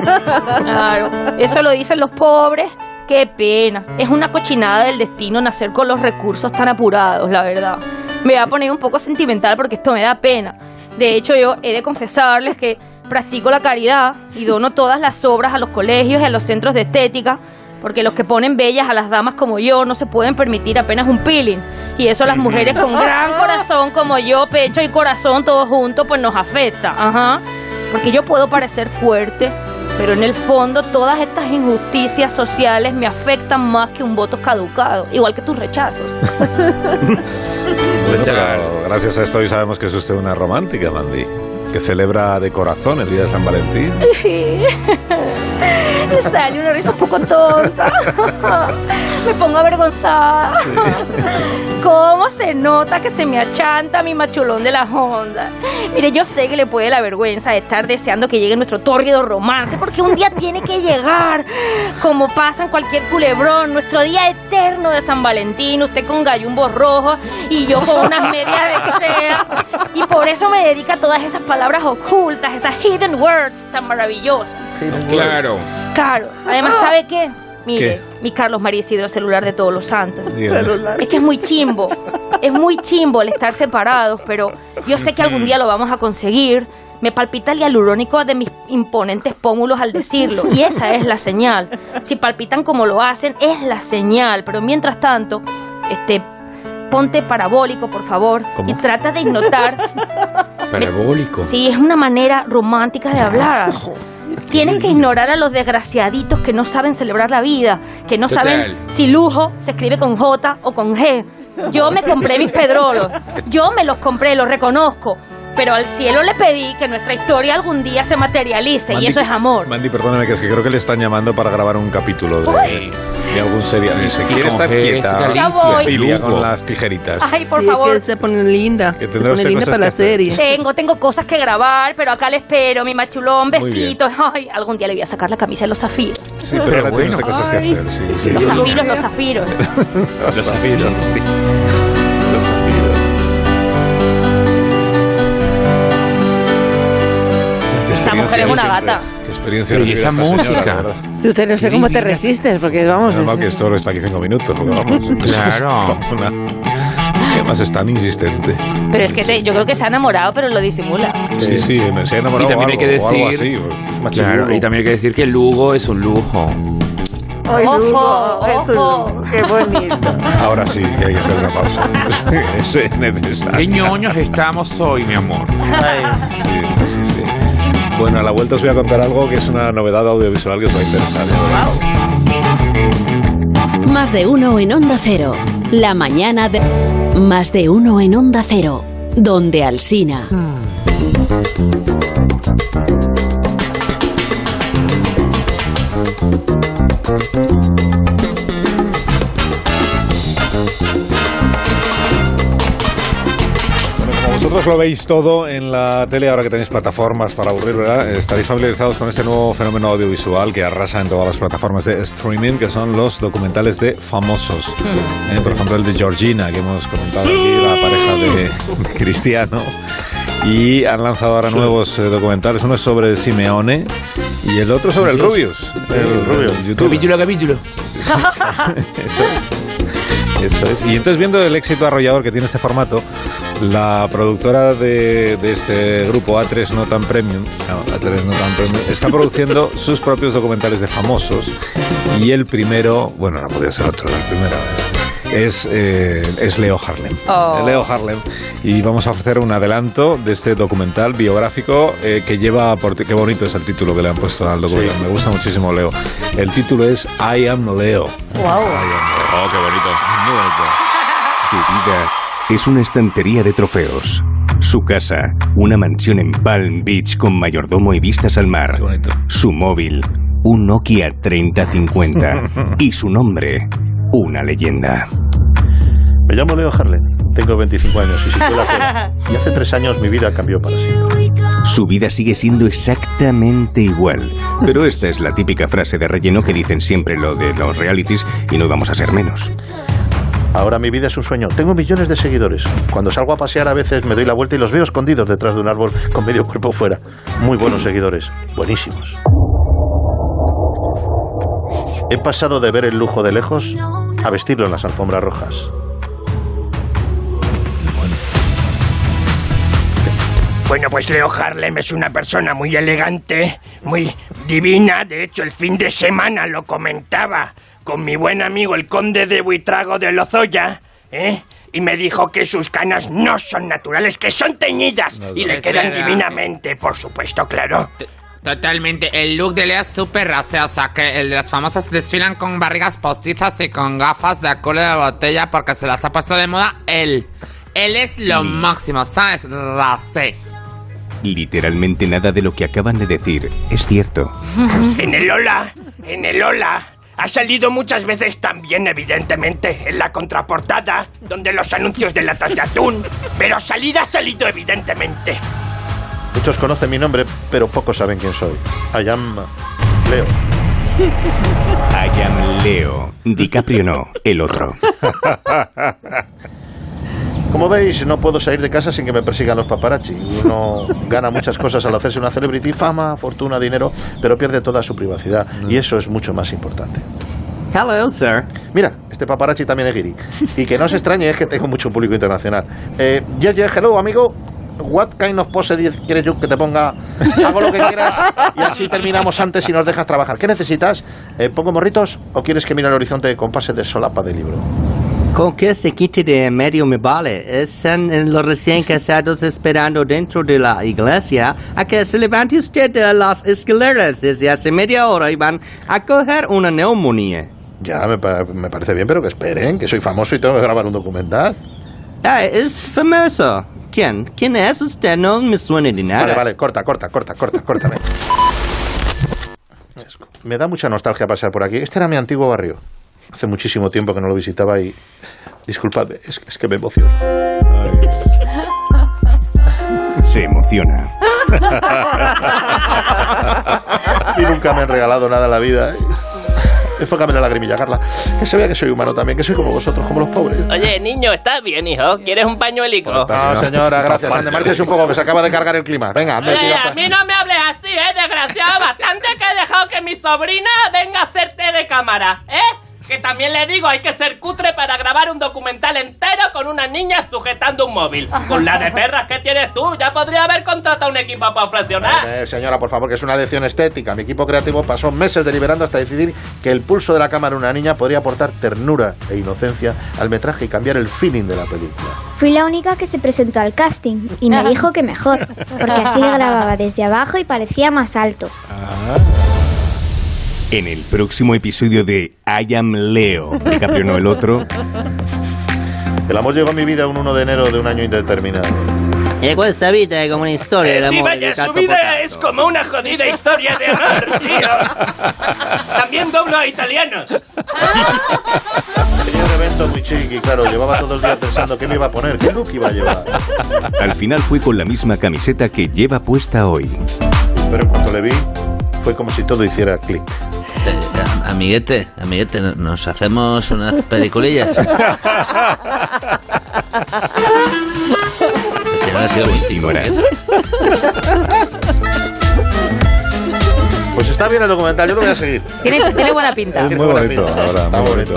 Speaker 2: claro, eso lo dicen los pobres. Qué pena. Es una cochinada del destino nacer con los recursos tan apurados, la verdad. Me va a poner un poco sentimental porque esto me da pena. De hecho, yo he de confesarles que practico la caridad y dono todas las obras a los colegios y a los centros de estética. Porque los que ponen bellas a las damas como yo no se pueden permitir apenas un peeling. Y eso a las mujeres con gran corazón como yo, pecho y corazón, todos juntos, pues nos afecta. Ajá. Porque yo puedo parecer fuerte, pero en el fondo todas estas injusticias sociales me afectan más que un voto caducado, igual que tus rechazos.
Speaker 17: Pues
Speaker 1: Bueno, pero gracias a esto hoy sabemos que es usted una romántica, Mandy, que celebra de corazón el día de San Valentín.
Speaker 2: Me sale una risa un poco tonta. Me pongo avergonzada. ¿Cómo se nota que se me achanta mi machulón de las ondas? Mire, yo sé que le puede la vergüenza de estar deseando que llegue nuestro tórrido romance, porque un día tiene que llegar, como pasa en cualquier culebrón, nuestro día eterno de San Valentín, usted con gallumbos rojos y yo con unas medias de seda. Y por eso me dedica a todas esas palabras ocultas, esas hidden words tan maravillosas.
Speaker 18: Claro.
Speaker 2: Claro, además, ¿sabe qué? Mire,
Speaker 1: Ah. ¿Qué?
Speaker 2: mi Carlos María Isidro, celular de todos los santos.
Speaker 1: Dios mío. Celular.
Speaker 2: Es que es muy chimbo. Es muy chimbo el estar separados, pero yo sé que algún día lo vamos a conseguir. Me palpita el hialurónico de mis imponentes pómulos al decirlo. Y esa es la señal. Si palpitan como lo hacen, es la señal. Pero mientras tanto, este, ponte parabólico, por favor.
Speaker 5: ¿Cómo?
Speaker 2: Y trata de ignorar
Speaker 5: Parabólico.
Speaker 2: Sí, es una manera romántica de hablar. Tienes que ignorar a los desgraciaditos que no saben celebrar la vida, que no
Speaker 5: ¿Qué
Speaker 2: saben
Speaker 5: tal?
Speaker 2: si lujo se escribe con J o con G. Yo me compré mis pedrolos, yo me los compré, los reconozco, pero al cielo le pedí que nuestra historia algún día se materialice y
Speaker 1: Mandy-
Speaker 2: eso es amor.
Speaker 1: Mandy, perdóname, que es que creo que le están llamando para grabar un capítulo de, de algún serial. Y se quiere
Speaker 5: con
Speaker 1: estar
Speaker 5: G,
Speaker 1: quieta.
Speaker 5: Galicia. Ya
Speaker 2: voy.
Speaker 1: Cecilia, con
Speaker 5: Lujo.
Speaker 1: las tijeritas.
Speaker 2: Ay, por
Speaker 16: Sí,
Speaker 2: favor.
Speaker 16: Que se pone linda.
Speaker 1: Que
Speaker 16: se
Speaker 1: tendrá
Speaker 16: pone
Speaker 1: usted
Speaker 16: linda
Speaker 1: cosas
Speaker 16: para la
Speaker 1: que hacer.
Speaker 16: serie.
Speaker 2: Tengo, tengo cosas que grabar, pero acá le espero, mi machulón,
Speaker 1: Muy bien.
Speaker 2: besitos. Ay, algún día le voy a sacar la camisa de los zafiros.
Speaker 1: Sí, pero, ahora tiene usted cosas que
Speaker 2: Ay.
Speaker 1: hacer. Sí, sí.
Speaker 2: Los zafiros, los zafiros.
Speaker 1: Los zafiros, sí. Los zafiros.
Speaker 2: Esta mujer es una gata.
Speaker 1: Qué experiencia
Speaker 17: Pero
Speaker 1: de
Speaker 17: y
Speaker 1: vida
Speaker 17: esta
Speaker 1: esta
Speaker 17: música.
Speaker 1: señora, la verdad.
Speaker 3: Tú te- no sé cómo te resistes, porque vamos.
Speaker 1: Menos mal
Speaker 3: es-
Speaker 1: que esto está aquí cinco minutos. porque Vamos,
Speaker 17: Claro.
Speaker 1: Es que además es tan insistente.
Speaker 2: Pero es que te- yo creo que se ha enamorado, pero lo disimula.
Speaker 1: Sí, sí, en- se ha enamorado
Speaker 17: Y también
Speaker 1: o
Speaker 17: hay que
Speaker 1: algo, o algo
Speaker 17: decir-
Speaker 1: así, macho
Speaker 17: Claro,
Speaker 1: lujo.
Speaker 17: y también hay que decir que Lugo es un lujo.
Speaker 3: Ay,
Speaker 2: Ojo,
Speaker 3: Lugo, es un-
Speaker 2: ojo.
Speaker 3: Qué bonito.
Speaker 1: Ahora sí que hay que hacer una pausa. es necesario.
Speaker 17: Qué ñoños estamos hoy, mi amor.
Speaker 1: Sí, sí, sí. Bueno, a la vuelta os voy a contar algo que es una novedad audiovisual que os va a interesar. Ya veréis.
Speaker 15: Más de uno en Onda Cero. La mañana de. Más de uno en Onda Cero. Donde Alsina.
Speaker 1: Bueno, como vosotros lo veis todo en la tele, ahora que tenéis plataformas para aburrir, ¿verdad? Estaréis familiarizados con este nuevo fenómeno audiovisual que arrasa en todas las plataformas de streaming, que son los documentales de famosos. Eh, Por ejemplo, el de Georgina, que hemos comentado aquí, la pareja de, de Cristiano. Y han lanzado ahora nuevos eh, documentales. Uno es sobre Simeone y el otro sobre el Rubius. El Rubius.
Speaker 17: Capítulo a capítulo.
Speaker 1: Eso es. Eso es. Y entonces, viendo el éxito arrollador que tiene este formato, la productora de, de este grupo, A3 No Tan Premium, no, A3 No Tan Premium, está produciendo sus propios documentales de famosos. Y el primero, bueno, no podía ser otro, la primera vez, es, eh, es Leo Harlem.
Speaker 2: Oh.
Speaker 1: Leo Harlem. Y vamos a ofrecer un adelanto de este documental biográfico eh, que lleva por ti- Qué bonito es el título que le han puesto al documental. Me gusta muchísimo Leo. El título es I Am Leo.
Speaker 2: Wow.
Speaker 5: Oh, qué bonito. Muy bonito.
Speaker 13: Su vida es una estantería de trofeos. Su casa, una mansión en Palm Beach con mayordomo y vistas al mar. Su móvil, un Nokia 3050. y su nombre, una leyenda.
Speaker 4: Me llamo Leo Harlem, tengo 25 años y soy de la zona. Y hace tres años mi vida cambió para siempre.
Speaker 13: Su vida sigue siendo exactamente igual. Pero esta es la típica frase de relleno que dicen siempre lo de los realities y no vamos a ser menos.
Speaker 4: Ahora mi vida es un sueño. Tengo millones de seguidores. Cuando salgo a pasear a veces me doy la vuelta y los veo escondidos detrás de un árbol con medio cuerpo fuera. Muy buenos seguidores. Buenísimos. He pasado de ver el lujo de lejos a vestirlo en las alfombras rojas.
Speaker 19: Bueno, pues Leo Harlem es una persona muy elegante, muy divina. De hecho, el fin de semana lo comentaba con mi buen amigo el conde de Buitrago de Lozoya, ¿eh? Y me dijo que sus canas no son naturales, que son teñidas y le
Speaker 18: Es
Speaker 19: quedan
Speaker 18: verdad.
Speaker 19: divinamente, por supuesto, claro.
Speaker 18: Totalmente. El look de Lea es súper raseosa, que eh, las famosas desfilan con barrigas postizas y con gafas de culo de botella porque se las ha puesto de moda él. Él es lo
Speaker 17: Mm.
Speaker 18: máximo, ¿sabes? Rasé.
Speaker 13: Literalmente nada de lo que acaban de decir es cierto.
Speaker 19: En el Ola, en el Ola. Ha salido muchas veces también, evidentemente, en la contraportada, donde los anuncios de latas de atún. Pero salida ha salido, evidentemente.
Speaker 4: Muchos conocen mi nombre, pero pocos saben quién soy. I am Leo.
Speaker 13: I am Leo. DiCaprio no, el otro.
Speaker 4: Como veis, no puedo salir de casa sin que me persigan los paparazzi. Uno gana muchas cosas al hacerse una celebrity, fama, fortuna, dinero, pero pierde toda su privacidad. Y eso es mucho más importante.
Speaker 9: Hello, sir.
Speaker 4: Mira, este paparazzi también es guiri. Y que no se extrañe, es que tengo mucho público internacional. Eh, yes, yes, hello, amigo. What kind of pose di- quieres yo que te ponga? Hago lo que quieras y así terminamos antes y nos dejas trabajar. ¿Qué necesitas? Eh, ¿Pongo morritos o quieres que mire el horizonte con pases de solapa de libro?
Speaker 9: Con que se quite de en medio me vale. Están en los recién casados esperando dentro de la iglesia a que se levante usted de las escaleras. Desde hace media hora y van a coger una neumonía.
Speaker 4: Ya, me, pa- me parece bien, pero que esperen, que soy famoso y tengo que grabar un documental.
Speaker 9: Ah, es famoso. ¿Quién? ¿Quién es usted? No me suena de nada.
Speaker 4: Vale, vale, corta, corta, corta, corta, córtame. Me da mucha nostalgia pasar por aquí. Este era mi antiguo barrio. Hace muchísimo tiempo que no lo visitaba y... Disculpadme, es, es que me emociono.
Speaker 13: Se emociona.
Speaker 4: Y nunca me han regalado nada en la vida. ¿eh? Enfócame la lagrimilla, Carla. Que se vea que soy humano también, que soy como vosotros, como los pobres.
Speaker 20: Oye, niño, ¿estás bien, hijo? ¿Quieres un pañuelico?
Speaker 4: No, Ah, señora, gracias. Ande, márchese un poco, que se acaba de cargar el clima. Venga, ande,
Speaker 20: Oye,
Speaker 4: tira
Speaker 20: a
Speaker 4: pa-
Speaker 20: mí no me hables así, ¿eh? Desgraciado, bastante que he dejado que mi sobrina venga a hacerte de cámara, ¿eh? Que también le digo, hay que ser cutre para grabar un documental entero con una niña sujetando un móvil. Con la de perras que tienes tú, ya podría haber contratado un equipo profesional.
Speaker 4: Eh, señora, por favor, que es una lección estética. Mi equipo creativo pasó meses deliberando hasta decidir que el pulso de la cámara de una niña podría aportar ternura e inocencia al metraje y cambiar el feeling de la película.
Speaker 21: Fui la única que se presentó al casting y me dijo que mejor, porque así grababa desde abajo y parecía más alto.
Speaker 13: En el próximo episodio de I Am Leo, DiCaprio no el otro,
Speaker 4: El amor llegó a mi vida un 1 de enero de un año indeterminado.
Speaker 22: E questa vita è come una storia
Speaker 4: Eh,
Speaker 22: d'amore.
Speaker 4: sì, vaya,
Speaker 22: di
Speaker 4: su
Speaker 22: Carlo
Speaker 4: vida
Speaker 22: Potato.
Speaker 20: Es como una jodida historia de amor, tío. También doblo a italianos.
Speaker 4: Tenía un evento muy chiqui, claro, llevaba todo el día pensando qué me iba a poner, qué look iba a llevar.
Speaker 13: al final fue con la misma camiseta que lleva puesta hoy.
Speaker 4: Pero en cuanto le vi, fue como si todo hiciera clic.
Speaker 12: Eh, a- Amiguete, amiguete, ¿no- nos hacemos unas peliculillas. Al final ha sido muy íntimo, ¿eh?
Speaker 4: Pues está bien el documental, yo lo voy a seguir.
Speaker 2: Tiene, tiene buena pinta.
Speaker 1: Es muy bonito,
Speaker 4: pinta,
Speaker 1: la verdad,
Speaker 4: está
Speaker 1: muy
Speaker 4: bonito.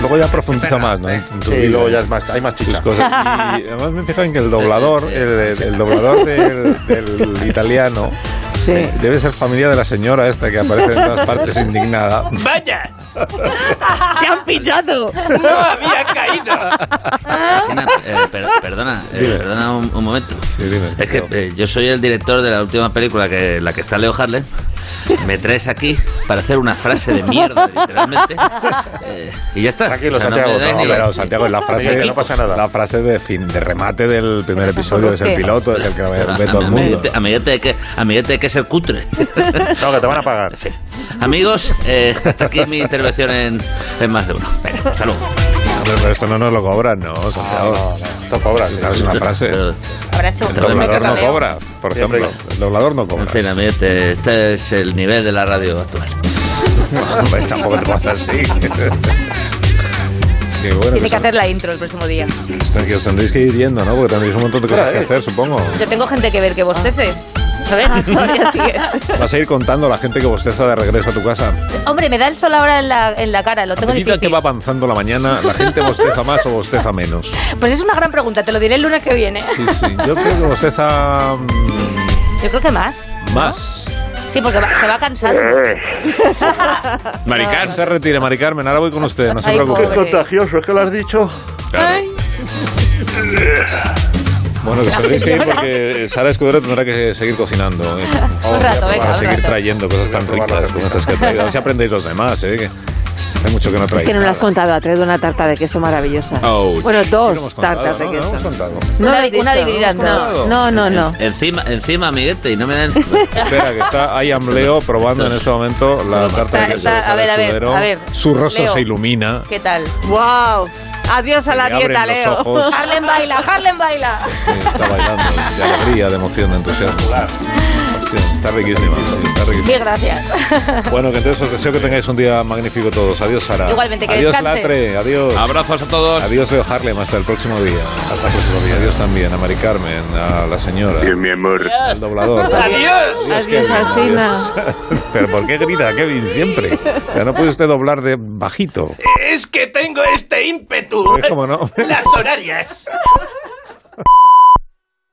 Speaker 1: Luego ya profundiza más, ¿no?
Speaker 4: Sí, luego ya es más, hay más chicha.
Speaker 1: cosas. Y además me he fijado en que el doblador, el, el- el doblador del, del italiano, debe ser familia de la señora esta que aparece en todas partes indignada.
Speaker 20: ¡Vaya!
Speaker 6: ¡Te han pillado!
Speaker 20: ¡No había caído!
Speaker 6: Ah.
Speaker 12: Sina, eh, per- perdona, eh,
Speaker 20: Dime.
Speaker 12: perdona un, un momento. es que eh, yo soy el director de la última película, que la que está Leo Harlem. Me traes aquí para hacer una frase de mierda, literalmente. Eh, y ya está.
Speaker 1: Tranquilo,
Speaker 12: O sea, no
Speaker 1: Santiago.
Speaker 12: me dais
Speaker 1: No,
Speaker 12: ni-
Speaker 1: pero Santiago, la frase,
Speaker 12: Miguel, no pasa
Speaker 1: la frase de fin, de remate del primer episodio, es el piloto, es el que ve todo el mundo.
Speaker 12: Amiguete, amiguete, hay que, amiguete, hay que ser cutre.
Speaker 4: No, que te van a pagar.
Speaker 12: Amigos, eh, hasta aquí mi intervención en, en más de uno. Venga, hasta luego.
Speaker 1: Hombre, pero esto no nos lo cobran, ¿no, Santiago.
Speaker 4: Esto cobra.
Speaker 1: Es una frase.
Speaker 2: Habrá hecho
Speaker 1: El
Speaker 2: un
Speaker 1: doblador
Speaker 2: metro
Speaker 1: no
Speaker 2: también.
Speaker 1: cobra, por ejemplo. El doblador no cobra.
Speaker 12: En fin, amiguete, este es el nivel de la radio actual.
Speaker 1: Hombre, Pues tampoco te pasa así. Qué bueno. pues
Speaker 2: Tiene
Speaker 1: que
Speaker 2: que hacer la intro el próximo día.
Speaker 1: son- que os tendréis que ir yendo, ¿no? Porque tendréis un montón de cosas que hacer, supongo.
Speaker 2: Yo tengo gente que ver que bostece. A ver.
Speaker 1: Vas a ir contando a la gente que bosteza de regreso a tu casa.
Speaker 2: Hombre, me da el sol ahora en la, en la cara, lo
Speaker 1: A
Speaker 2: tengo
Speaker 1: medida
Speaker 2: difícil.
Speaker 1: que va avanzando la mañana, ¿la gente bosteza más o bosteza menos?
Speaker 2: Pues es una gran pregunta, te lo diré el lunes que viene.
Speaker 1: Sí, sí. Yo creo que bosteza mm,
Speaker 2: Yo creo que más.
Speaker 1: más.
Speaker 2: Sí, porque va- se va cansando.
Speaker 1: Maricar, se retire, Mari Carmen. Ahora voy con usted, no se
Speaker 2: Ay,
Speaker 1: preocupe.
Speaker 2: pobre. Qué
Speaker 4: contagioso, es que lo has dicho.
Speaker 2: Ay.
Speaker 1: Bueno, que
Speaker 2: La
Speaker 1: se tenéis que ir
Speaker 2: señora.
Speaker 1: porque Sara Escudero tendrá que seguir cocinando. ¿eh?
Speaker 2: Un rato, venga,
Speaker 1: Para
Speaker 2: un
Speaker 1: seguir
Speaker 2: rato.
Speaker 1: trayendo cosas tan ricas como estas que ha traído. A ver si aprendéis los demás, ¿eh? Que hace mucho que no
Speaker 3: Es
Speaker 1: traéis.
Speaker 3: que no lo has contado, ha traído una tarta de queso maravillosa.
Speaker 1: Ouch.
Speaker 3: Bueno,
Speaker 1: Sí lo
Speaker 3: dos
Speaker 1: hemos contado,
Speaker 3: tartas
Speaker 1: ¿no?
Speaker 3: de
Speaker 1: Lo hemos
Speaker 3: queso.
Speaker 1: contado.
Speaker 3: No
Speaker 2: Una-
Speaker 3: lo has
Speaker 2: una
Speaker 3: dicho.
Speaker 2: dividida en
Speaker 3: No,
Speaker 2: dos.
Speaker 3: no, no. no.
Speaker 12: Encima, encima, amiguete, y no me den.
Speaker 1: Espera, que está I am Leo probando en este momento la tarta de
Speaker 3: Está-
Speaker 1: queso
Speaker 3: está-
Speaker 1: de
Speaker 3: a
Speaker 1: Sara
Speaker 3: ver, a ver,
Speaker 1: Escudero.
Speaker 3: a ver.
Speaker 1: Su rostro
Speaker 3: Leo.
Speaker 1: se ilumina.
Speaker 2: ¿Qué tal?
Speaker 3: ¡Wow! Adiós a la
Speaker 1: Se le
Speaker 3: dieta,
Speaker 1: abren los
Speaker 3: Leo.
Speaker 1: ojos.
Speaker 2: Harlem baila, Harlem baila.
Speaker 1: Sí, eh, está bailando de alegría, de emoción, de entusiasmo. Sí, está riquísima. sí, Está riquísima.
Speaker 2: Mil gracias.
Speaker 1: Bueno, que entonces os deseo que tengáis un día magnífico todos. Adiós. Adiós, Sara.
Speaker 2: Igualmente, que
Speaker 1: Adiós,
Speaker 2: descanses.
Speaker 1: Latre. Adiós.
Speaker 17: Abrazos a todos.
Speaker 1: Adiós, Leo Harlem. Hasta el próximo día. Hasta el próximo día. Adiós también a Mari Carmen, a la señora. Adiós,
Speaker 14: mi amor.
Speaker 1: Al doblador.
Speaker 3: Adiós,
Speaker 1: Kevin.
Speaker 3: Alsina.
Speaker 1: Pero ¿por qué grita Kevin siempre? Ya no puede usted doblar de bajito.
Speaker 19: Es que tengo este ímpetu.
Speaker 1: Pues, ¿cómo no?
Speaker 19: Las horarias.